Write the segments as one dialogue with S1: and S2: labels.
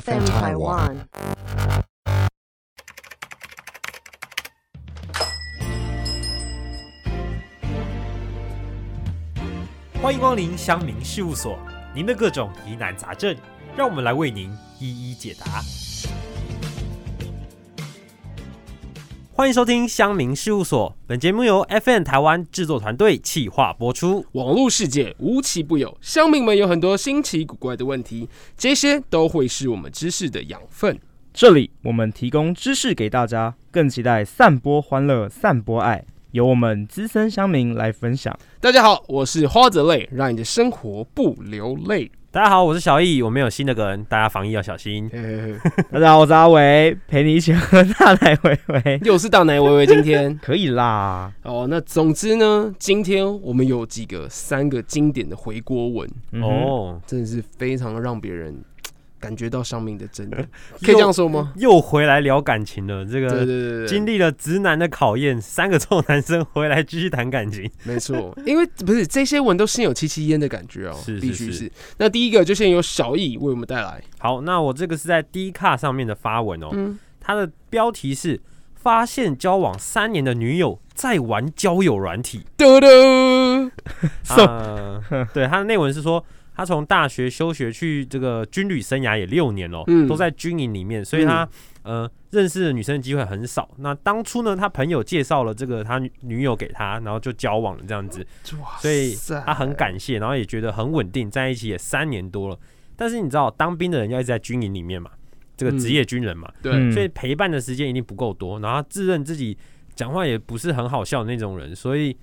S1: FM Taiwan.
S2: 欢迎光临乡民事务所，您的各种疑难杂症，让我们来为您一一解答。欢迎收听乡民事务所，本节目由 FN 台湾制作团队企划播出。
S3: 网络世界无奇不有，乡民们有很多新奇古怪的问题，这些都会是我们知识的养分。
S4: 这里我们提供知识给大家，更期待散播欢乐、散播爱，由我们资深乡民来分 享。
S3: 大家好，我是花泽类，让你的生活不流泪。
S2: 大家好，我是小易，我们有新的梗，大家防疫要小心。
S3: 呃，
S4: 大家好，我是阿维，陪你一起喝大奶回回。
S3: 又是大奶微微今天
S4: 可以啦，
S3: 哦，那总之呢，今天我们有几个三个经典的回锅文，
S4: 嗯哼，
S2: 哦，
S3: 真的是非常让别人感觉到上面的真 的，可以这样说吗？
S2: 又回来聊感情了，这
S3: 对对
S2: 个
S3: 对对，
S2: 经历了直男的考验，三个臭男生回来继续谈感情。
S3: 没错，因为不是这些文都心有戚戚焉的感觉哦，
S2: 是是
S3: 必须
S2: 是
S3: 是。那第一个就先由小易为我们带来，
S2: 好，那我这个是在 D 卡上面的发文哦，
S3: 嗯
S2: 它的标题是“发现交往三年的女友在玩交友软体
S3: 嘟嘟，”，
S4: 送
S2: 呃、对，它的内文是说。他从大学休学去这个军旅生涯也六年了、
S3: 嗯
S2: 都在军营里面，所以他、呃认识的女生的机会很少。那当初呢，他朋友介绍了这个他女女友给他，然后就交往了这样子。
S3: 哇塞
S2: 所以啊
S3: 啊
S2: 他很感谢，然后也觉得很稳定，在一起也三年多了。但是你知道，当兵的人要一直在军营里面嘛，这个
S3: 嗯
S2: 职业军人嘛，
S3: 对，
S4: 嗯
S2: 所以陪伴的时间一定不够多。然后他自认自己讲话也不是很好笑的那种人，所以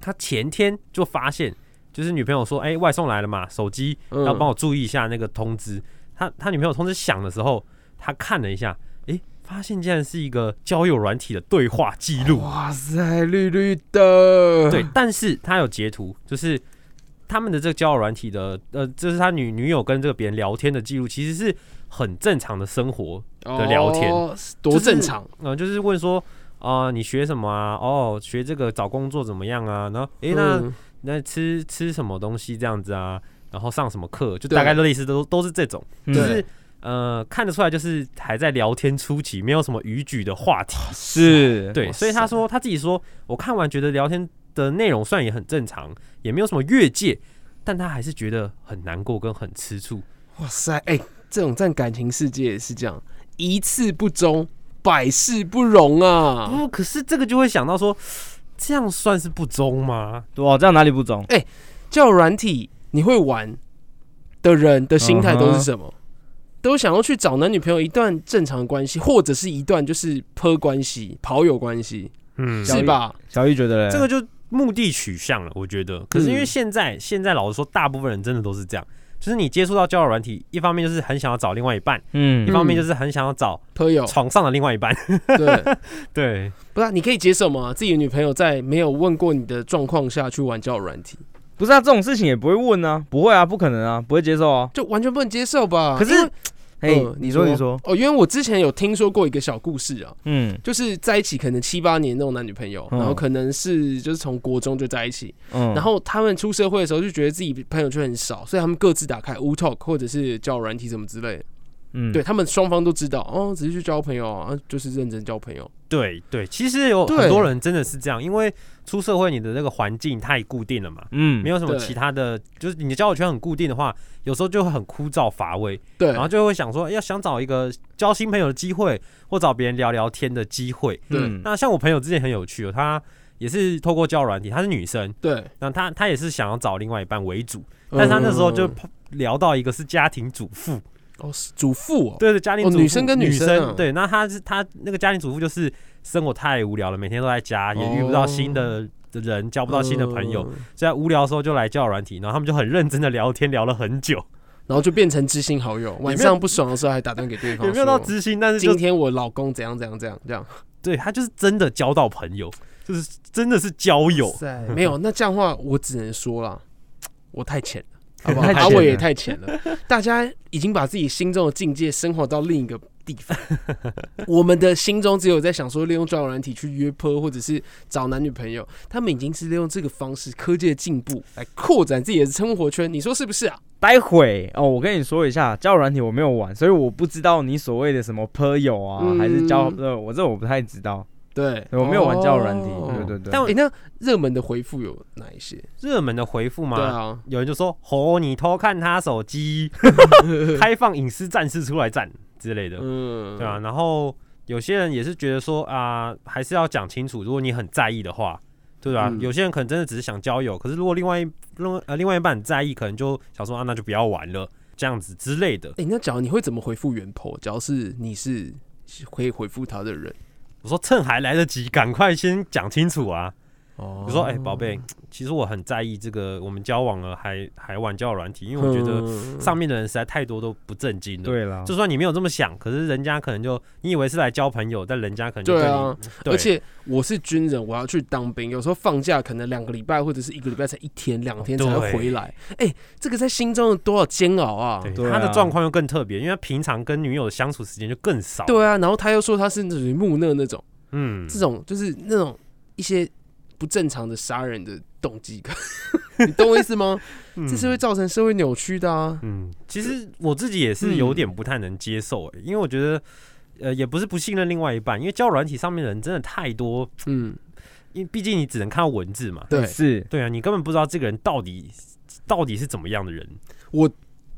S2: 他前天就发现，就是女朋友说：“哎、外送来了嘛，手机
S3: 嗯
S2: 要帮我注意一下那个通知。他他女朋友通知响的时候，他看了一下，哎、发现竟然是一个交友软体的对话记录。
S3: 哇塞，绿绿的，
S2: 对，，但是他有截图，就是他们的这个交友软体的，呃，这是他女女友跟这个别人聊天的记录，其实是很正常的生活，的聊天
S3: 哦、多正常，
S2: 呃，就是问说。啊、你学什么啊？哦，学这个找工作怎么样啊？然后，诶、那
S3: 嗯
S2: 那吃吃什么东西这样子啊？然后上什么课？就
S3: 对
S2: 大概都类似都都是这种，
S4: 嗯
S2: 就是呃，看得出来就是还在聊天初期，没有什么逾矩的话题。
S3: 啊
S4: 是，
S2: 对，所以他说他自己说，我看完觉得聊天的内容虽然也很正常，也没有什么越界，但他还是觉得很难过跟很吃醋。
S3: 哇塞，哎、这种在感情世界也是这样，一次不忠，百世不容啊。
S2: 哦，可是这个就会想到说，这样算是不忠吗？
S4: 哇，这样哪里不中？
S3: 交友软体你会玩的人的心态
S2: 嗯
S3: 都是什么都想要去找男女朋友一段正常的关系，或者是一段就是坡关系、跑友关系，
S2: 嗯
S3: 是吧？
S4: 小玉觉得嘞，
S2: 这个就目的取向了，我觉得。可是因为现在、现在老实说，大部分人真的都是这样，就是你接触到交友软体，一方面就是很想要找另外一半，一
S4: 嗯，
S2: 方面就是很想要找
S3: 朋友，
S2: 床上的另外一半。
S3: 对，
S2: 对，
S3: 不是、啊、你可以接受吗？自己的女朋友在没有问过你的状况下去玩交友软体，
S4: 不是啊，这种事情也不会问啊，不会啊，不可能啊，不会接受啊。
S3: 就完全不能接受吧？
S4: 可是
S3: 因为
S4: 嘿
S3: 呃，
S4: 你说你说，
S3: 哦，因为我之前有听说过一个小故事啊，
S4: 嗯
S3: 就是在一起可能七八年那种男女朋友，
S4: 嗯
S3: 然后可能是就是从国中就在一起，
S4: 嗯，
S3: 然后他们出社会的时候就觉得自己朋友圈很少，所以他们各自打开 U Talk 或者是交友软体什么之类的，
S4: 嗯
S3: 对，他们双方都知道哦，只是去交朋友啊，就是认真交朋友，
S2: 对对，其实有
S3: 对
S2: 很多人真的是这样，因为出社会你的那个环境太固定了嘛，
S4: 嗯
S2: 没有什么
S3: 对
S2: 其他的，就是你的交友圈很固定的话，有时候就会很枯燥乏味，
S3: 对
S2: 然，后就会想说哎要想找一个交新朋友的机会，或找别人聊聊天的机会。
S3: 对
S4: 嗯
S2: 那像我朋友之前很有趣哦，她也是透过交友软体，她是女生，
S3: 对，
S2: 那她她也是想要找另外一半为主，但是她那时候就
S3: 嗯
S2: 聊到一个是家庭主妇，
S3: 哦是主妇哦，
S2: 对对，家庭
S3: 哦
S2: 主妇、
S3: 女生跟
S2: 女
S3: 女生啊
S2: 对，那她是她那个家庭主妇就是生活太无聊了，每天都在家，也
S3: 哦
S2: 遇不到新的的人，交不到新的朋友，
S3: 嗯，
S2: 所以在无聊的时候就来交友软体，然后他们就很认真的聊天，聊了很久，
S3: 然后就变成知心好友。晚上不爽的时候还打电话给对方说，
S2: 也没有到知心，但是
S3: 今
S2: 就
S3: 天我老公怎样怎样怎样这样。
S2: 对他就是真的交到朋友，就是真的是交友，
S4: 哎
S3: 塞，没有，那这样的话我只能说啦，我太浅了，好不好？
S4: 太
S3: 阿
S4: 浅
S3: 伟
S4: 了
S3: 也太浅了，大家已经把自己心中的境界升华到另一个地方。 我们的心中只有在想说，利用交友软体去约炮，或者是找男女朋友，他们已经是利用这个方式，科技的进步来扩展自己的生活圈，你说是不是啊？
S4: 待会哦，我跟你说一下，交友软体我没有玩，所以我不知道你所谓的什么朋友啊，
S3: 嗯
S4: 还是交呃，我这我不太知道，
S3: 对，
S4: 我没有玩交友软体，
S3: 哦
S4: 对对对。
S2: 但
S3: 诶，那热门的回复有哪一些？
S2: 热门的回复
S3: 对
S2: 嘛，
S3: 啊，
S2: 有人就说：“吼，你偷看他手 机，开放隐私战士出来战之类的。”
S3: 嗯，
S2: 对啊，，然后有些人也是觉得说啊、还是要讲清楚，如果你很在意的话，对吧、
S3: 嗯
S2: 有些人可能真的只是想交友，可是如果另外一另外呃另外一半很在意，可能就想说啊，那就不要玩了，这样子之类的。
S3: 哎、那假如你会怎么回复原 po？假如是你是可以回复他的人，
S2: 我说趁还来得及，赶快先讲清楚啊！
S3: 哦
S2: 我说哎，宝、贝，其实我很在意这个，我们交往了还还玩交友软体，因
S3: 嗯，
S2: 为我觉得上面的人实在太多都不正经的。
S4: 对了，
S2: 就算你没有这么想，可是人家可能就你以为是来交朋友，但人家可能就
S3: 对
S2: 对
S3: 啊
S2: 你，对
S3: 而且我是军人，我要去当兵，有时候放假可能两个礼拜或者是一个礼拜才一天、两天才会
S2: 哦对
S3: 回来。哎、这个在心中有多少煎熬啊！
S2: 对，
S4: 对
S2: 他的
S4: 啊
S2: 状况又更特别，因为他平常跟女友的相处时间就更少。，
S3: 对啊，然后他又说他是属于木讷那种，
S2: 嗯，
S3: 这种就是那种一些不正常的杀人的动机， 你懂我意思吗？
S2: 嗯
S3: 这是会造成社会扭曲的啊。
S2: 嗯，其实我自己也是
S3: 嗯
S2: 有点不太能接受、欸，因为我觉得，呃，也不是不信任另外一半，因为交友软体上面的人真的太多，
S3: 嗯，
S2: 因为毕竟你只能看到文字嘛。
S3: 对，
S4: 是
S2: 对啊，你根本不知道这个人到底到底是怎么样的人。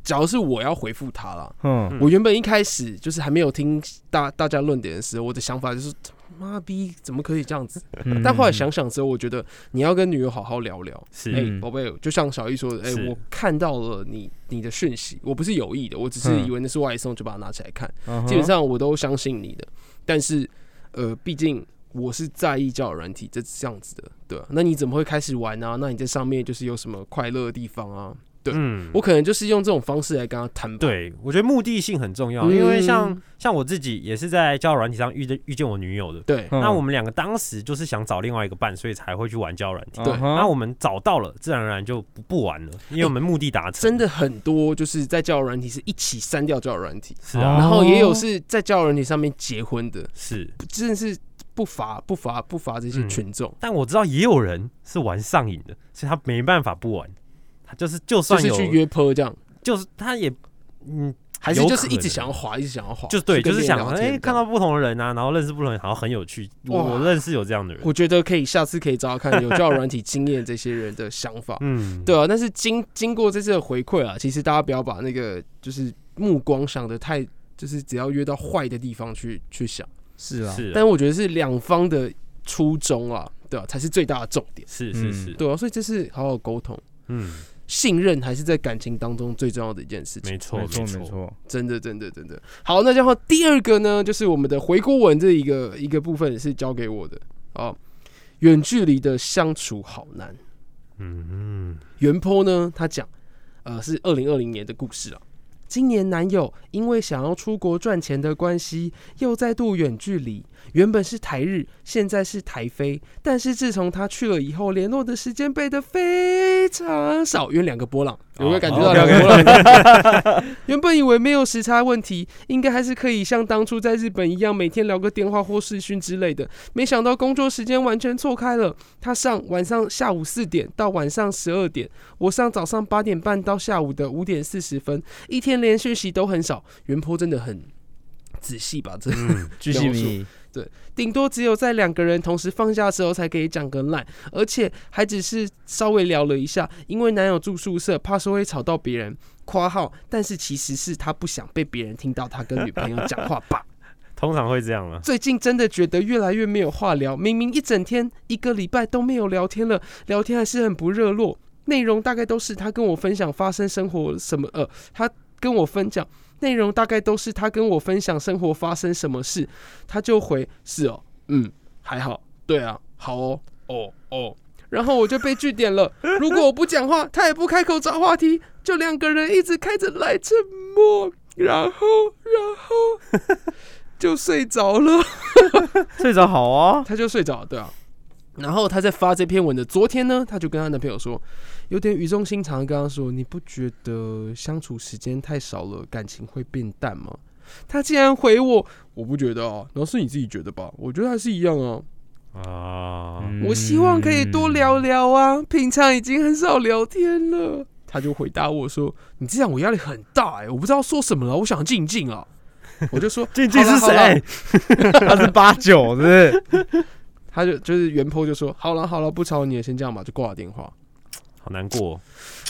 S3: 假如是我要回复他啦，
S4: 嗯，
S2: 嗯
S3: 我原本一开始就是还没有听大大家论点的时候，我的想法就是妈逼怎么可以这样子？
S4: 嗯
S3: 但后来想想之后，我觉得你要跟女友好好聊聊。
S2: 是，
S3: 哎，
S4: 嗯
S3: 宝贝，就像小易说的，哎，
S2: 是
S3: 我看到了你你的讯息，我不是有意的，我只是
S4: 嗯
S3: 以为那是外送，就把它拿起来看。
S4: 嗯哼
S3: 基本上我都相信你的，但是呃，毕竟我是在意交友软体这这样子的，对啊那你怎么会开始玩啊？那你在上面就是有什么快乐的地方啊？对
S2: 嗯
S3: 我可能就是用这种方式来跟他谈吧。
S2: 对，我觉得目的性很重要，
S3: 嗯
S2: 因为像像我自己也是在交友软体上遇见遇见我女友的。
S3: 对，
S4: 嗯
S2: 那我们两个当时就是想找另外一个伴，所以才会去玩交友软体。
S3: 对
S4: 嗯
S2: 那
S4: 哼
S2: 我们找到了，自然而然就不不玩了，因为我们目的达成。
S3: 真的很多就是在交友软体是一起删掉交友软体，
S2: 是啊，
S4: 哦
S3: 然后也有是在交友软体上面结婚的，
S2: 是。
S3: 真的是不乏不乏不乏这些
S2: 嗯
S3: 群众。
S2: 但我知道也有人是玩上瘾的，所以他没办法不玩。他就是就
S3: 就
S2: 算
S3: 是
S2: 有，
S3: 去约炮这样，
S2: 就是他也嗯，
S3: 还是
S2: 有
S3: 就是
S2: 可
S3: 一直
S2: 能
S3: 想要滑，一直想要滑，
S2: 就对，
S3: 去跟
S2: 就是
S3: 别
S2: 想
S3: 人聊
S2: 哎、
S3: 天
S2: 看
S3: 这样
S2: 到不同的人啊，然后认识不同的人，好像很有趣。我
S3: 哇
S2: 我认识有这样的人，。
S3: 我觉得可以下次可以找找看有交友软体经验这些人的想法
S2: 嗯，
S3: 对啊，但是经经过这次的回馈啊，其实大家不要把那个就是目光想的太，就是只要约到坏的地方去去想。
S4: 是啊，
S2: 是啊
S3: 但我觉得是两方的初衷啊，对啊，才是最大的重点。
S2: 是是
S4: 嗯
S2: 是，
S3: 对啊，所以这是好好沟通，
S2: 嗯，
S3: 信任还是在感情当中最重要的一件事情。
S2: 没错
S4: 没错没
S2: 错，
S4: 错，
S3: 真的，真的，真的。好，那然后第二个呢，就是我们的回顾文这一个一个部分是交给我的哦。远距离的相处好难。
S2: 嗯
S3: 袁坡呢，他讲，呃，是二零二零年的故事啊。今年男友因为想要出国赚钱的关系，又再度远距离。原本是台日，现在是台非，但是自从他去了以后，联络的时间变得非常少，因为两个波浪，有没有
S2: 哦
S3: 感觉到两个波浪？ 原本以为没有时差问题，应该还是可以像当初在日本一样，每天聊个电话或视讯之类的。没想到工作时间完全错开了，他上晚上下午四点到晚上十二点，我上早上八点半到下午的五点四十分，一天连讯息都很少。原坡真的很仔细吧，这
S2: 嗯，
S4: 巨细迷，
S3: 顶多只有在两个人同时放假的时候才可以讲个烂，而且还只是稍微聊了一下，因为男友住宿舍，怕说会吵到别人。（括号）但是其实是他不想被别人听到他跟女朋友讲话吧。
S2: 通常会这样啊了，
S3: 最近真的觉得越来越没有话聊，明明一整天一个礼拜都没有聊天了，聊天还是很不热络，内容大概都是他跟我分享发生生活什么呃，他呃跟我分享内容大概都是他跟我分享生活发生什么事，他就回是哦，嗯，还好，对啊，好哦，哦哦。然后我就被据点了。如果我不讲话，他也不开口找话题，就两个人一直开着来沉默，然后，然后就睡着了。
S4: 睡着好啊，
S3: 她就睡着了，对啊。然后她在发这篇文的昨天呢，她就跟她男朋友说，有点语重心长地跟他说：“你不觉得相处时间太少了，感情会变淡吗？”
S5: 他竟然回我，我不觉得啊，然后是你自己觉得吧？我觉得还是一样啊。
S2: 啊，
S3: 嗯
S5: 我希望可以多
S4: 嗯
S5: 聊聊啊，平常已经很少聊天了。他就回答我说：“你这样我压力很大哎、我不知道说什么了，我想静静啊。”我就说：“
S2: 静静
S5: 好啦
S2: 是？
S5: 好啦
S2: 谁？
S4: 他是八九，是不是？
S5: 他就就是原 po 就说：“好了好了，不吵你了，先这样吧。”就挂了电话。
S2: 好难过哦，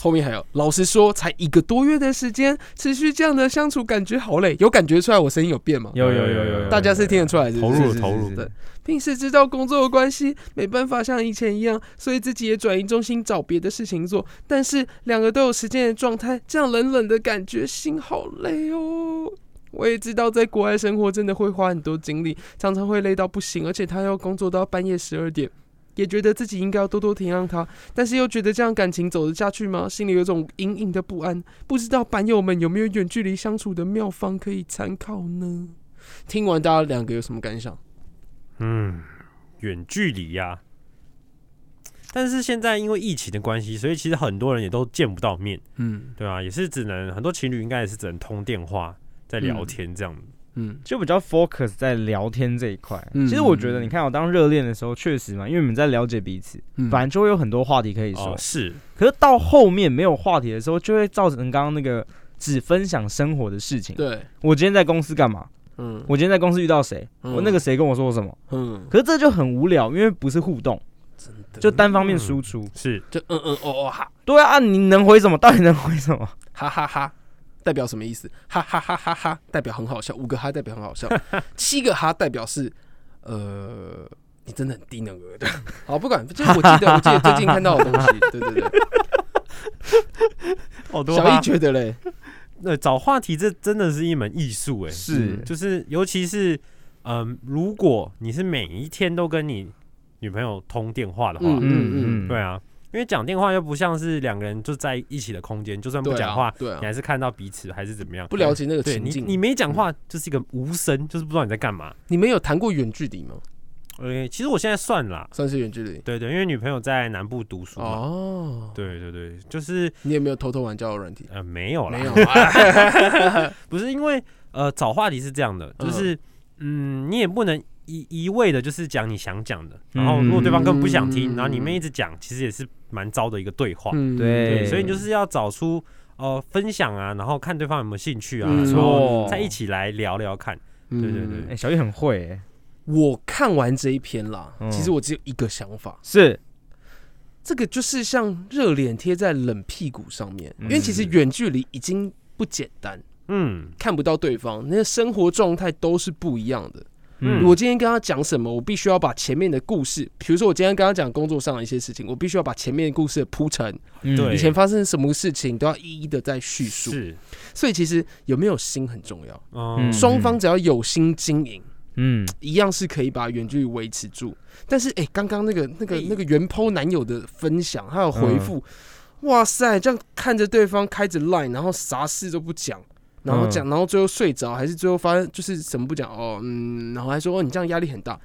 S5: 后面还有，老实说，才一个多月的时间，持续这样的相处，感觉好累。有感觉出来我声音有变吗？
S4: 有有有有
S3: 嗯
S4: 有，
S5: 大家是听得出来是
S2: 投
S5: 不是
S2: 入了
S4: 是
S2: 投入
S4: 是
S5: 的平时知道工作的关系，没办法像以前一样，所以自己也转移重心找别的事情做。但是两个都有时间的状态，这样冷冷的感觉，心好累哦。我也知道，在国外生活真的会花很多精力，常常会累到不行，而且他要工作到半夜十二点，也觉得自己应该要多多体谅他，但是又觉得这样感情走得下去吗？心里有种隐隐的不安，不知道版友们有没有远距离相处的妙方可以参考呢？听完大家两个有什么感想？
S2: 嗯，远距离呀、但是现在因为疫情的关系，所以其实很多人也都见不到面，
S5: 嗯
S2: 对啊，也是只能很多情侣应该也是只能通电话在聊
S5: 嗯
S2: 天这样。
S5: 嗯
S4: 就比较 focus 在聊天这一块。
S5: 嗯
S4: 其实我觉得，你看我当热恋的时候，确实嘛，因为你们在了解彼此，
S5: 嗯
S4: 反正就会有很多话题可以说。
S2: 哦，是，
S4: 可是到后面没有话题的时候，就会造成刚刚那个只分享生活的事情。
S5: 对，
S4: 我今天在公司干嘛？
S5: 嗯
S4: 我今天在公司遇到谁？
S5: 嗯
S4: 我那个谁跟我说什么？
S5: 嗯，
S4: 可是这就很无聊，因为不是互动，就单方面输出。
S2: 是
S5: 就嗯嗯哦哦哈
S4: 对啊，啊你能回什么？到底能回什么？
S5: 哈哈哈，代表什么意思？哈哈哈哈哈，代表很好笑。五个哈代表很 好笑，七个哈代表是呃，你真的很低能儿的。 好，不管，就是我记得我记得最近看到的东西，对对对，
S2: 好 多
S5: 小
S2: 话
S5: 易觉得嘞，
S2: 呃，找话题这真的是一门艺术哎，
S4: 是
S5: 嗯
S2: 就是尤其是嗯、如果你是每一天都跟你女朋友通电话的话，
S5: 嗯
S2: 对啊，因为讲电话又不像是两个人就在一起的空间，就算不
S5: 对
S2: 讲
S5: 啊
S2: 话，
S5: 对啊
S2: 你，还是看到彼此还是怎么样，
S5: 不嗯了解那个
S2: 对
S5: 情
S2: 你
S5: 境。
S2: 你没讲话就是一个无声，就是不知道你在干嘛。
S5: 你们有谈过远距离吗？
S2: 呃，其实我现在算啦，
S5: 算是远距离
S2: 对对，因为女朋友在南部读书嘛，
S5: 哦。
S2: 对对对，就是
S5: 你有没有偷偷玩交友软体？
S2: 呃没有啦，
S5: 没有啊，
S2: 不是因为呃找话题是这样的，就是嗯你也不能一一味的就是讲你想讲的，然后如果对方根本不想听，
S5: 嗯
S2: 然后你们一直讲，其实也是蛮糟的一个对话。
S5: 嗯
S4: 对
S2: 对，所以你就是要找出呃分享啊，然后看对方有没有兴趣啊，
S5: 嗯
S2: 然后
S4: 哦
S2: 再一起来聊聊看。对对对
S4: 哎、小玉很会、欸，
S5: 我看完这一篇啦，
S4: 嗯
S5: 其实我只有一个想法，
S4: 是
S5: 这个就是像热脸贴在冷屁股上面，因
S4: 嗯
S5: 为其实远距离已经不简单，
S2: 嗯，
S5: 看不到对方，那个生活状态都是不一样的。
S2: 嗯
S5: 我今天跟他讲什么，我必须要把前面的故事，比如说我今天跟他讲工作上的一些事情，我必须要把前面的故事铺陈，
S4: 嗯
S2: 对
S5: 以前发生什么事情都要一一的在叙述。
S2: 是，
S5: 所以其实有没有心很重要，
S2: 嗯
S4: 嗯
S5: 双方只要有心经营，
S4: 嗯，
S5: 一样是可以把远距离维持住。但是，哎、刚刚那个、那个
S2: 哎、
S5: 那个原剖男友的分享还有回复，
S4: 嗯
S5: 哇塞，这样看着对方开着 Line，然后啥事都不讲，然后
S4: 嗯
S5: 讲，然后最后睡着，还是最后发现就是什么不讲哦，嗯，然后还说哦，你这样压力很大。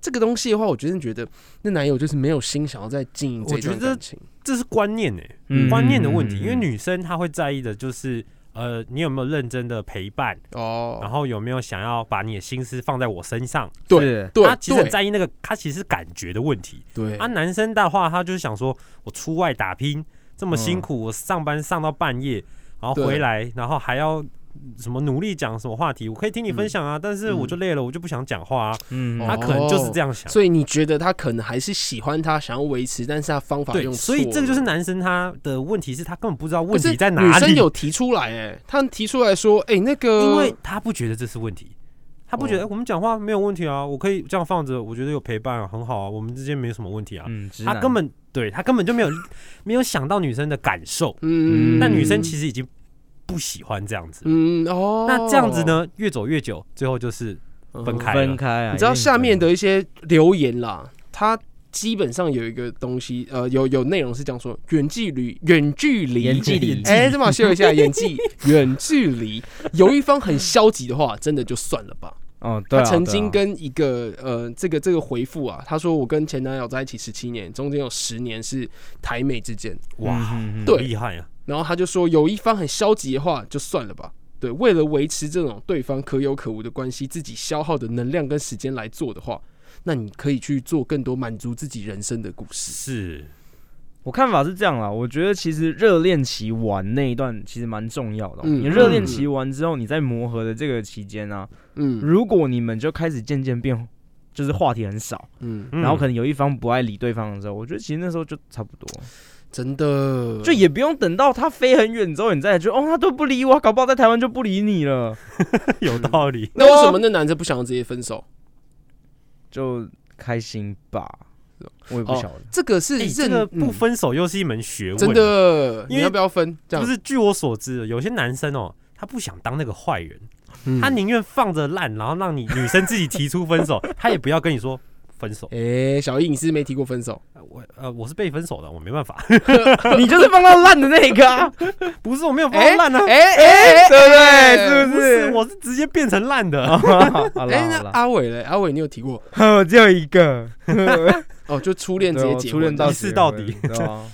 S5: 这个东西的话，我真的觉得那男友就是没有心想要再经营这
S2: 我觉
S5: 段
S2: 得
S5: 感情。
S2: 这是观念呢、
S4: 嗯
S2: 观念的问题，
S4: 嗯嗯嗯
S2: 因为女生她会在意的就是。呃，你有没有认真的陪伴？然
S5: 哦，
S2: 后有没有想要把你的心思放在我身上？
S5: 对
S4: 是
S5: 对
S2: 她其实很
S5: 对
S2: 在意那个，她其实是感觉的问题。
S5: 对
S2: 啊，男生的话，他就是想说，我出外打拼这么辛
S4: 嗯
S2: 苦，我上班上到半夜，然后
S5: 对
S2: 回来，然后还要嗯什么努力讲什么话题，我可以听你
S5: 嗯
S2: 分享啊，但是我就累了，我就不想讲话啊。
S4: 嗯
S5: 哦
S2: 他可能就是这样想，
S5: 所以你觉得他可能还是喜欢他，想要维持，但是他方法
S2: 对，
S5: 用
S2: 所以
S5: 错
S2: 这个就是
S5: 了
S2: 男生他的问题是他根本不知道问
S5: 可是
S2: 题在哪里，
S5: 女生有提出来、哎，她提出来说，哎、那个，
S2: 因为他不觉得这是问题。他不觉得、
S5: 哦
S2: 哎我们讲话没有问题啊，我可以这样放着，我觉得有陪伴、啊、很好啊，我们之间没什么问题啊。
S4: 嗯，直
S2: 他
S4: 男
S2: 根本对他根本就没有没有想到女生的感受，
S5: 嗯，
S2: 那女生其
S5: 实，
S2: 实已经不喜欢这样子。
S5: 嗯哦，
S2: 那这样子呢，越走越久，最后就是
S5: 嗯
S2: 分开了
S4: 分开啊，
S5: 你知道
S4: 一定
S5: 下面
S4: 分
S5: 的一些留言啦，它基本上有一个东西，呃，有有内容是这样说：远距离，远距离，
S4: 远距离
S5: 哎、这么秀一下，演技，远距离。有一方很消极的话，真的就算了吧。
S4: 哦，对
S5: 他
S4: 啊，
S5: 曾
S4: 对啊
S5: 经跟一个呃，这个这个回复啊，他说我跟前男友在一起十七年，中间有十年是台美之间。
S2: 哇，
S4: 嗯嗯嗯
S5: 对
S2: 厉害啊！
S5: 然后他就说有一方很消极的话，就算了吧。对，为了维持这种对方可有可无的关系，自己消耗的能量跟时间来做的话，那你可以去做更多满足自己人生的故事。
S2: 是
S4: 我看法是这样啦，我觉得其实热恋期完那一段其实蛮重要的哦、
S5: 嗯
S4: 你热恋
S5: 嗯
S4: 期完之后，你在磨合的这个期间啊，
S5: 嗯
S4: 如果你们就开始渐渐变，就是话题很少，
S5: 嗯，
S2: 嗯
S4: 然后可能有一方不爱理对方的时候，我觉得其实那时候就差不多，
S5: 真的，
S4: 就也不用等到他飞很远之后，你再来觉得哦他都不理我，搞不好在台湾就不理你了，
S2: 嗯
S4: 嗯
S2: 有道理。
S5: 那为什么那男生不想要直接分手？
S2: 哎
S4: 就开心吧，我也不晓 得。
S5: 这个是
S2: 哎、
S5: 认、
S2: 这个
S5: 嗯
S2: 不分手又是一门学问，
S5: 真。的，
S2: 因为
S5: 你要不要分？这
S2: 就
S5: 样
S2: 是据我所知，有些男生哦，他不想当那个坏人，
S5: 嗯
S2: 他宁愿放着烂，然后让你女生自己提出分手， 他也不要跟你说分手。
S5: 哎、小易，你是不是没提过分手？
S2: 呃我呃，我是被分手的，我没办法。
S4: 嗯 你就是放到烂的那个、啊，
S2: 不是我没有放到烂啊，
S5: 哎哎
S4: 对不
S2: 不
S4: 对？
S2: 是
S4: 是不是？
S2: 我是直接变成烂的。
S4: 好
S5: 哎、
S4: 了好
S5: 那
S4: 了，
S5: 阿伟嘞？阿伟，你有提过
S4: 我啊 只有一个，
S5: 哦？就初恋直接
S4: 对哦
S5: 结
S4: 初恋
S5: 婚
S4: 到
S2: 一次到底
S4: 结婚，对 啊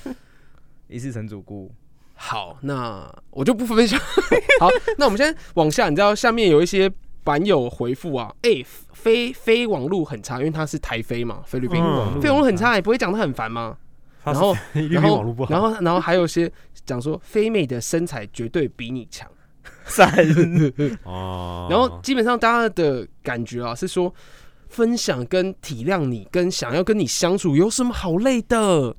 S4: 一次成主顾。
S5: 好，那我就不分享。 好，那我们先往下，你知道下面有一些版友回复啊，哎、飞飞网路很差，因为他是台飞嘛，菲律宾、
S2: 嗯
S5: 飞网路很差，也不会讲的很烦吗？
S2: 他
S5: 然
S2: 是
S5: 后，
S2: 菲律
S5: 然
S2: 宾网
S5: 后
S2: 络不，好
S5: 然，后，然后还有些讲说飞妹的身材绝对比你强。
S4: 三，
S2: 哦
S5: 然后基本上大家的感觉啊是说，分享跟体谅你，跟想要跟你相处有什么好累的？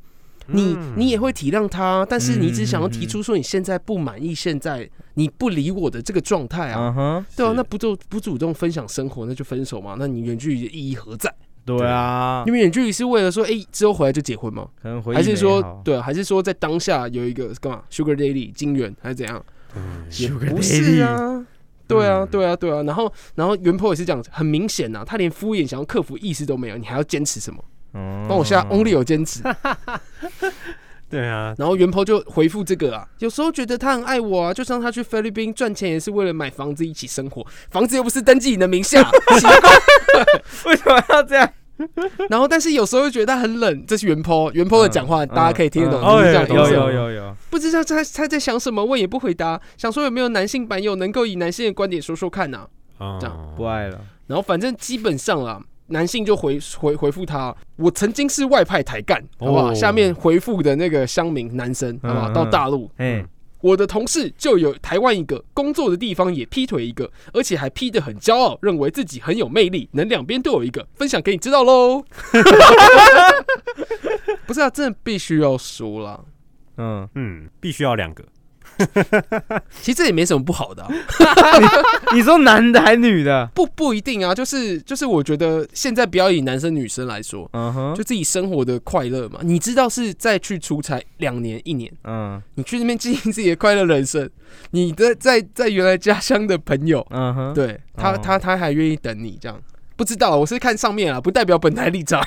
S5: 你
S2: 嗯
S5: 你也会体谅他，但是你只想要
S4: 嗯嗯
S5: 提出说你现在不满意，现在你不理我的这个状态啊，
S4: 嗯哼，
S5: 对啊，
S2: 是
S5: 那不就不主动分享生活，那就分手嘛？那你远距离的意义何在？
S4: 对啊，
S5: 你们远距离是为了说，哎、之后回来就结婚吗？
S4: 可能回忆
S5: 还是
S4: 美
S5: 说
S4: 好，
S5: 对啊，还是说在当下有一个干嘛？Sugar Daddy 金元还是怎样？
S2: 嗯
S5: 也
S4: Sugar
S5: 不是
S4: Daddy
S5: 啊。对啊，
S2: 嗯
S5: 对啊，对啊。然后，然后原 po 也是这样，很明显呐、他连敷衍、想要克服意识都没有，你还要坚持什么？
S4: 帮
S5: 帮我下 Only 有坚持。
S2: 对啊，
S5: 然后原 po 就回复这个啊，有时候觉得他很爱我啊，就像他去菲律宾赚钱也是为了买房子一起生活，房子又不是登记你的名 下。
S4: 为什么要这样？
S5: 然后，但是有时候又觉得他很冷，这是原 po 原 po 的讲话，
S4: 嗯
S5: 大家可以听得懂，
S4: 嗯
S5: 就是这样
S2: 哦
S5: 的
S2: 有
S5: 意
S4: 有
S5: 思
S4: 有有有，
S5: 不知道他他在想什么，问也不回答，想说有没有男性版友能够以男性的观点说说看呐、这
S2: 嗯，
S4: 不爱了，
S5: 然后反正基本上啊，男性就回回回复他，我曾经是外派台干，好不好？
S2: 哦
S5: 下面回复的那个乡民男生，好不好？
S4: 嗯嗯
S5: 到大陆，
S4: 哎，
S5: 我的同事就有台湾一个，工作的地方也劈腿一个，而且还劈得很骄傲，认为自己很有魅力，能两边都有一个，分享给你知道喽。 不是啊，真的必须要说啦。
S4: 嗯，
S2: 嗯，必须要两个，
S5: 其实这也没什么不好的啊、
S4: 你说男的还女的？
S5: 不不一定啊，就是就是，我觉得现在不要以男生女生来说，
S4: 嗯哼
S5: 就，自己生活的快乐嘛。你知道是再去出差两年一年，
S4: 嗯
S5: 你去那边经营自己的快乐人生，你的在在原来家乡的朋友，
S4: 嗯哼，
S5: 对他
S4: 哦
S5: 他他还愿意等你这样。不知道，我是看上面啊，不代表本台立场，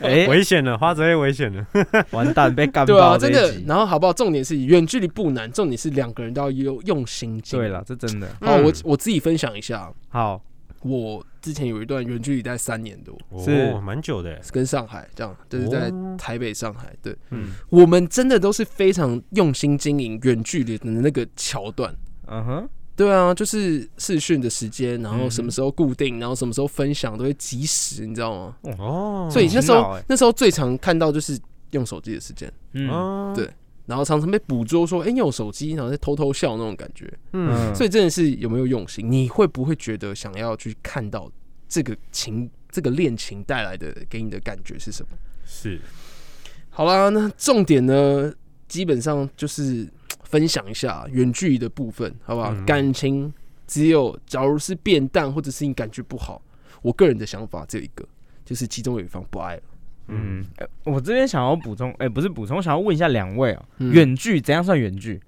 S4: 哎，
S2: 危险了，花泽类危险了，
S4: 完蛋， 被干
S5: 对
S4: 爆
S5: 啊，真
S4: 这一
S5: 的。
S4: 集。
S5: 然后好不好？重点是远距离不难，重点是两个人都要用用心经营。
S4: 对了，这真的
S5: 好，我
S2: 嗯
S5: 我自己分享一下，
S4: 好，
S5: 我之前有一段远距离在三年多，
S4: 是
S2: 哦，蛮久的，
S5: 跟上海这样，就是在
S2: 哦
S5: 台北、上海，对，
S4: 嗯
S5: 我们真的都是非常用心经营远距离的那个桥段。
S4: 嗯哼，
S5: 对啊，就是视讯的时间，然
S4: 嗯
S5: 后
S4: 哼
S5: 什么时候固定，然后什么时候分享都会及时，你知道吗？
S2: 哦，
S5: 所以那时候、
S4: 很好欸
S5: 那时候最常看到就是用手机的时间，
S4: 嗯
S2: 嗯，
S5: 对然后常常被捕捉说，哎、你有手机，然后在偷偷笑那种感觉。
S2: 嗯，
S5: 所以真的是有没有用心？你会不会觉得想要去看到这个情、这个恋情带来的给你的感觉是什么？
S2: 是，
S5: 好啦，那重点呢，基本上就是嘖分享一下远距离的部分，好不好？
S2: 嗯
S5: 感情只有假如是变淡，或者是你感觉不好，我个人的想法只有一个，就是其中有一方不爱了。
S4: 嗯，哎我这边想要补充，哎，不是补充，我想要问一下两位哦，
S5: 嗯
S4: 远距怎样算远距？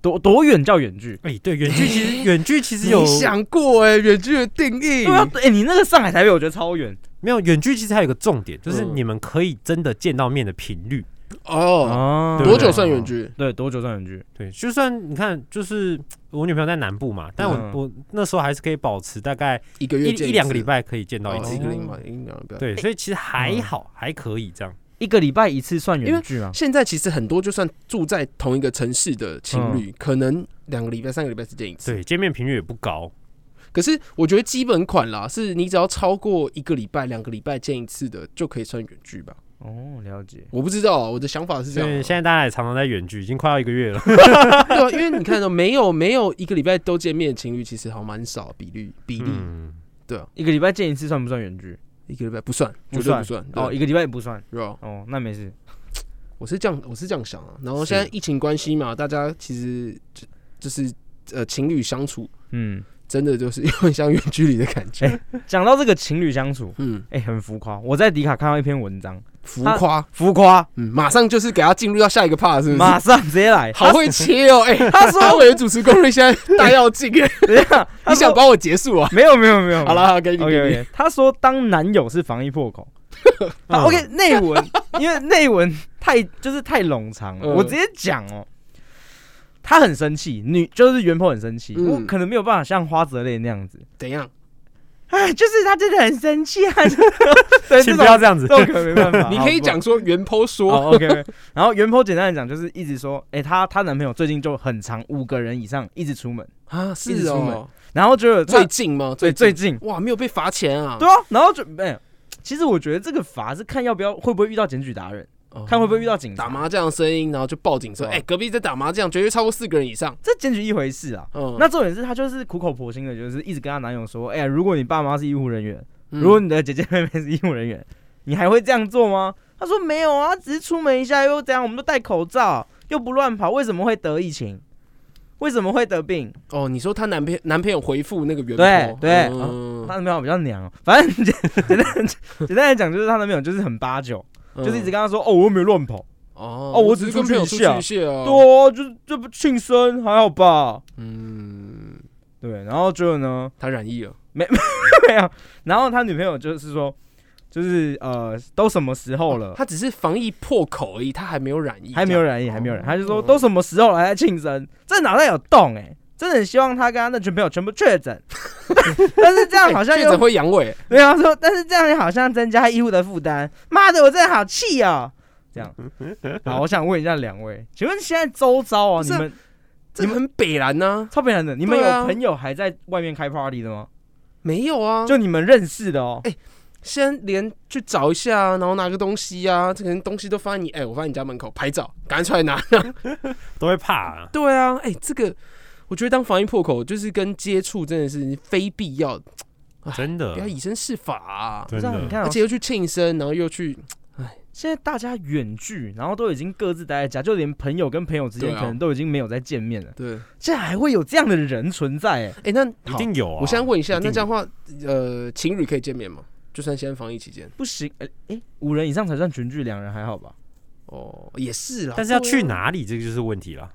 S4: 多多远叫远距？
S2: 哎，对，远距 其实远距其实有
S5: 你想过哎、远距离的定义
S4: 对？啊，哎，你那个上海台北，我觉得超远。
S2: 没有远距其实还有个重点，就是
S5: 嗯
S2: 你们可以真的见到面的频率，
S5: 哦，
S4: 哦
S2: 对啊
S5: 多久算远？距？
S4: 对，多久算远距？
S2: 对，就算你看，就是我女朋友在南部嘛，但我、
S4: 嗯
S2: 我那时候还是可以保持大概
S5: 一哦个
S2: 一
S5: 月见
S2: 一两个礼
S5: 拜
S2: 拜可以见到哎
S5: 到
S2: 一
S5: 一次，
S2: 次
S5: 一，个礼拜，一两个礼拜。嗯
S2: 对，所以其实还好，还可以这样。
S4: 一一个礼拜一次算远距吗？
S5: 现在其实很多就算住在同一个城市的情侣，可能两个礼拜、三个礼拜之间一次。
S2: 嗯对，见面频率也不高，
S5: 可是我觉得基本款啦，是你只要超过一个礼拜、两个礼拜见一次的，就可以算远距吧。
S4: 哦，了解。
S5: 我不知道啊，我的想法是这
S2: 所
S5: 样
S2: 以
S5: 啊。
S2: 现在大家也常常在远距，已经快要一个月 了。
S5: 对啊，因为你看到没有没有一个礼拜都见面的情侣，其实好像蛮少比率比例，
S2: 嗯，
S4: 一个礼拜见一次算不算远距？
S5: 一个礼拜不算，绝
S4: 不
S5: 对
S4: 算
S5: 不算。
S4: 哦，
S5: 对
S4: 一个礼拜也不算。
S5: 是吧？
S4: 哦，那没事。
S5: 我是这样，我是这样想啊。然后
S2: 是
S5: 现在疫情关系嘛，大家其实就就是呃情侣相处，
S4: 嗯，
S5: 真的就是有 点像远距离的感觉。
S4: 哎讲到这个情侣相处，
S5: 嗯，
S4: 哎、很浮夸。我在迪卡看到一篇文章，
S5: 浮
S4: 他
S5: 夸，
S4: 浮夸，
S5: 嗯，马上就是给他进入到下一个 part，是不
S4: 马
S5: 是？
S4: 上直接来。
S5: 好会切哦，哎，
S4: 他
S5: 阿
S4: 说，
S5: 伟的主持功力现在大要进，哎
S4: 等一下，
S5: 你
S4: 他
S5: 想
S4: 说嗯
S5: 把我结束啊？
S4: 没有没有没有。
S5: 好了，好给你
S4: ，OK
S5: 给你。
S4: OK。他说，当男友是防疫破 口。
S2: 嗯
S4: 啊 OK，内文，因为内文太就是太冗长了，
S5: 嗯
S4: 我直接讲哦。他很生气，女就是袁坡很生气，
S5: 嗯
S4: 我可能没有办法像花泽类那样子，
S5: 怎样？
S4: 哎，就是他真的很 生气啊。对，
S2: 请
S4: 这
S2: 不
S4: 种
S2: 要这样
S5: 哎
S2: 子
S4: 这。种可能没办法。
S5: 你可以
S4: 好
S5: 讲说原 po
S4: 不
S5: 说，
S4: 好哦，OK。然后袁坡简单的讲就是一直说，哎，她她男朋友最近就很长，五个人以上一直出门，
S5: 啊，
S4: 一直
S5: 是
S4: 出
S5: 哦
S4: 门，然后就有
S5: 最
S4: 最
S5: 近吗？
S4: 最最
S5: 近
S4: 近，
S5: 哇，没有被罚钱啊？
S4: 对啊，然后就哎，其实我觉得这个罚是看要不要会不会遇到检举达人，
S5: 哦，
S4: 看会不会遇到警察
S5: 打麻将的声音，然后就报警说，
S4: 哦
S5: 哎，隔壁在打麻将，绝对超过四个人以上。
S4: 这检举一回事啊。
S5: 嗯，
S4: 那重点是她就是苦口婆心的，就是一直跟她男友说，哎、呀，如果你爸妈是医护人员，
S5: 嗯
S4: 如果你的姐姐妹妹是医护人员，你还会这样做吗？她说没有啊，只是出门一下又这样，我们都戴口罩，又不乱跑，为什么会得疫情？为什么会得病？
S5: 哦，你说她男朋男朋友回复那个原 po，
S4: 对对
S5: 嗯
S4: 她男朋友比较娘、哦，反正简简单简单来讲，就是她男朋友就是很八九，
S5: 嗯
S4: 就是一直跟她说，哦，我又没有乱跑，
S5: 哦
S4: 哦我
S5: 只
S4: 只是
S5: 跟
S4: 出去
S5: 朋友
S4: 一
S5: 出去
S4: 下
S5: 一下啊，
S4: 对啊，就是这不庆生还好吧？
S5: 嗯，
S4: 对，然后最后呢，
S5: 他染疫了，
S4: 没有，然后他女朋友就是说，就是呃，都什么时候了？
S5: 他只是防疫破口而已，啊他还没有染疫，
S4: 还没有
S5: 这样
S4: 染疫，还没有染疫，
S5: 哦
S4: 他就说都什么时候了还在庆生，这脑袋有洞哎、真的很希望他跟他那群朋友全部确诊， 但是这样好像
S5: 哎确诊
S4: 又
S5: 会阳痿，
S4: 对啊说，但是这样好像增加医护的负担。妈的，我真的好气哦！这样，好，我想问一下两位，请问现在周遭
S5: 不
S4: 啊，你
S5: 是啊
S4: 们
S5: 这很北蓝呢？
S4: 超北人的，你们有
S5: 对啊
S4: 朋友还在外面开 party 的吗？
S5: 没有啊，就
S4: 就你们认识的哦
S5: 哎，先连去找一下啊，然后拿个东西啊，这可能东西都放在你，哎，我放在你家门口拍照，赶快出来拿。
S2: 都会怕、啊。
S5: 对啊，哎，这个我觉得当防疫破口就是跟接触真的是非必要，
S4: 嗯
S2: 真的
S5: 哎不要，以身试法啊，
S4: 不
S2: 真
S4: 知道你
S2: 的，
S4: 看、哦
S5: 而，且又去庆生，然后又去
S4: 现在大家远距，然后都已经各自待在家，就连朋友跟朋友之间
S5: 对啊
S4: 可能都已经没有再见面了。
S5: 对，
S4: 现在还会有这样的人存在、哎，
S5: 哎，那
S2: 一
S5: 好
S2: 定有啊。
S5: 我现在问一下，
S2: 一
S5: 那
S2: 定
S5: 这样的话，呃，情侣可以见面吗？就算现在防疫期间，
S4: 不行，哎、哎、五人以上才算群聚，两人还好吧？
S5: 哦，也是啦。
S2: 但是要
S5: 对啊
S2: 去？哪里，这个就是问题了。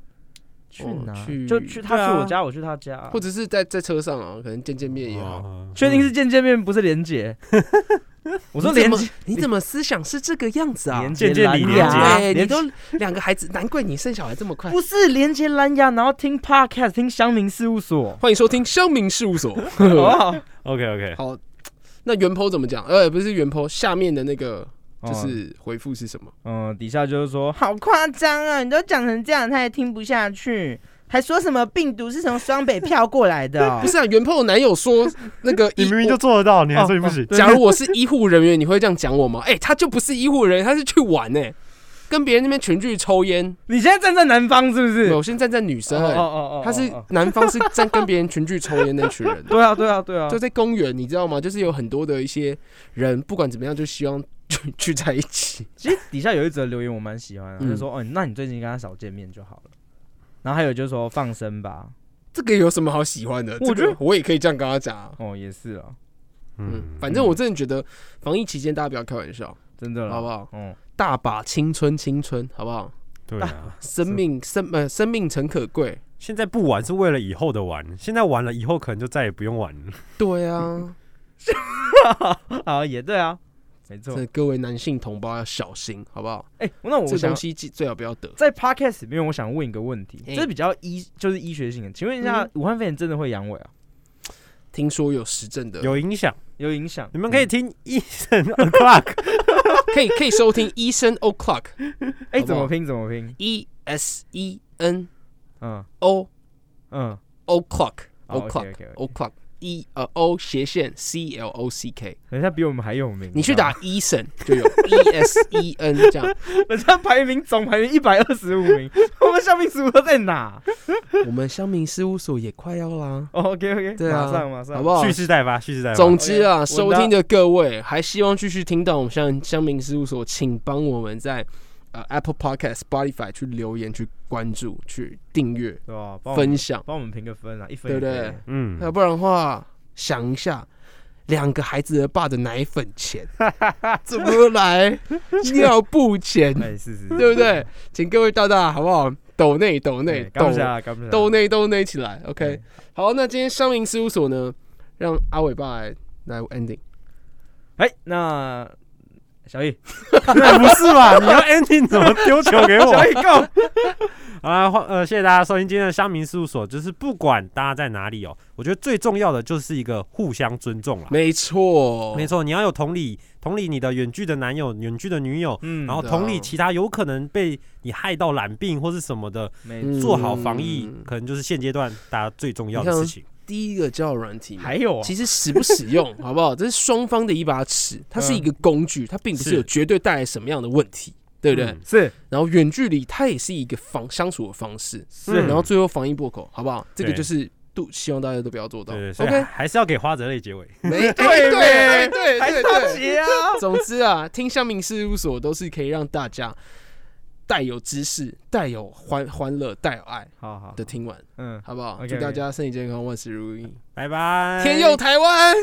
S4: 去
S5: 哦
S4: 哪？
S5: 去
S4: 就去他
S2: 对啊
S4: 去我家，我去他家、
S5: 或者是在在车上啊，可能见见面也好。
S2: 哦
S4: 确定是见见面，不是连结。嗯 我说连
S5: 你怎
S4: 结
S5: 么，你怎么思想是这个样子啊？
S4: 连
S2: 见见
S4: 蓝
S2: 你连结
S4: 牙，
S5: 哎，你
S4: 连
S5: 都两个孩子，难怪你生小孩这么快。
S4: 不是连接蓝牙，然后听 podcast，听乡民事务所
S5: ，欢迎收听乡民事务所。
S4: 好不 好？
S2: OK OK，
S5: 好，那原 po 怎么讲？呃，不是原 po，下面的那个就
S4: 哦
S5: 是回复是什么？
S4: 嗯，底下就是说好夸张啊！你都讲成这样，他也听不下去，还说什么病毒是从双北飘过来的、哦
S5: 不是啊，原 po 的男友说那个
S2: 你
S5: 医
S2: 明明就做得到，你
S5: 哦
S2: 还说你不行？
S5: 假如我是医护人员，你会这样讲我吗？哎、他就不是医护人员，他是去玩哎、跟别人那边群聚抽烟。
S4: 你现在站在南方是不是？
S5: 没有我先站在女生、哎
S4: 哦，
S5: 他是男方是站跟别人群聚抽烟那群人
S4: 对啊对啊对 啊
S5: 就，在公园，你知道吗？就是有很多的一些人，不管怎么样，就希望 聚聚在一起。
S4: 其实底下有一则留言我蛮喜欢的，他
S5: 嗯
S4: 就说哦，那你最近跟他少见面就好了。然后还有就是说放生吧，
S5: 这个有什么好喜欢的？
S4: 我觉得
S5: 这个我也可以这样跟他讲、啊。
S4: 哦也是啊，
S5: 嗯
S2: 嗯，，
S5: 反正我真的觉得防疫期间大家不要开玩笑，
S4: 真的
S5: 好不
S4: 了，
S5: 好？
S4: 嗯，
S5: 大把青春，青春，好不好？
S2: 对啊，
S5: 生命生呃，生命诚可贵。
S2: 现在不玩是为了以后的玩，现在玩了以后可能就再也不用玩了。
S5: 对啊，
S4: 好也对啊，没错
S5: 真。的各位男性同胞要小心，好不好？
S4: 哎，那我
S5: 这
S4: 想
S5: 东西记最好不要得。
S4: 在 podcast 里面，我想问一个问题，
S5: 哎
S4: 这是比较医就是医学性的，请问一下
S5: 嗯，
S4: 武汉肺炎真的会阳痿啊？
S5: 听说有实证的，
S2: 有影响。
S4: 有影响。
S2: 你们可以听医生 o'clock，
S5: 可以可以收听医生 O'clock
S4: 哎、
S5: 好不好
S4: 怎么拼怎么拼？
S5: E S E N
S4: 嗯
S5: O
S4: 嗯
S5: O'clock
S4: 哦
S5: O'clock
S4: ，OK，OK，OK
S5: O'clock E 呃 O 斜线 C L O C K，
S4: 人家比我们还有名。
S5: 你去
S4: 知道
S5: 打 Eason 就有 E S E N 这样。
S4: 吗，人家排名总排名一百二十五名， 我们香槟十五都在哪
S5: 我们乡民事务所也快要啦，
S4: ？OK OK，
S5: 对啊
S4: 马上马上，
S5: 好不好
S2: 蓄？势待发，蓄
S4: 哎
S2: 势待发。
S5: 总之啊，
S4: OK，
S5: 收
S4: 稳当
S5: 听的各位还希望继续听到我们乡乡民事务所，请帮我们在呃 Apple Podcast、Spotify 去留言、去关注、去订阅、
S4: 对吧？帮我们
S5: 分享，
S4: 帮我们评个分啊，一分
S5: 对不
S4: 也可以
S5: 对
S2: 嗯，
S5: 要不然的话，想一下。两个孩子的爸的奶粉 钱怎么来？尿布 钱，
S4: 哎，是是，
S5: 对不对？请各位大大好不好？抖内抖内
S4: 对？
S5: 抖
S4: 感谢啊，嗯感谢啊。
S5: 都内都内起来。OK，
S4: 对
S5: 好，那今天商林事务所呢，让阿伟爸来来 ending。
S4: 哎，那小易，
S2: 不是 吧？你要 ending 怎么丢球给我？
S4: 小易 go。
S2: 好啦，欢呃，谢谢大家收听今天的乡民事务所。就是不管大家在哪里哦，我觉得最重要的就是一个互相尊重啦。
S5: 没错，
S2: 没错，你要有同理，同理你的远距的男友、远距的女友，
S4: 嗯，
S2: 然后
S5: 对
S2: 同
S5: 啊
S2: 理其他有可能被你害到染病或是什么的，
S4: 没
S5: 嗯
S2: 做好防疫，可能就是现阶段大家最重要的
S5: 你看
S2: 事情。
S5: 第一个交友软体嘛，
S4: 还有啊，
S5: 其实使不使用，好不好？这是双方的一把尺，它是一个工具，它并不是
S2: 是
S5: 有绝对带来什么样的问题，对不对
S2: 嗯？
S4: 是
S5: 然后远距离它也是一个方相处的方式，
S2: 嗯
S5: 然后最后防疫破口，好不好？这个
S2: 对
S5: 就是度，希望大家都不要做到。
S2: 对对，所
S5: 嗯
S2: 以
S5: OK，
S2: 还是要给花泽类结尾。
S5: 没对哎
S4: 对
S5: 对
S4: 呗
S5: 对
S4: 还
S5: 哎对
S4: 是
S5: 对
S4: 他。结啊，
S5: 总之啊，听乡民事务所都是可以让大家带有知识、带有欢欢乐、带有爱
S4: 好好
S5: 的，听完，
S4: 嗯。
S5: 好不好？
S4: OK，OK
S5: 祝大家身体健康，万事如意，
S2: 拜拜，
S5: 天佑台湾！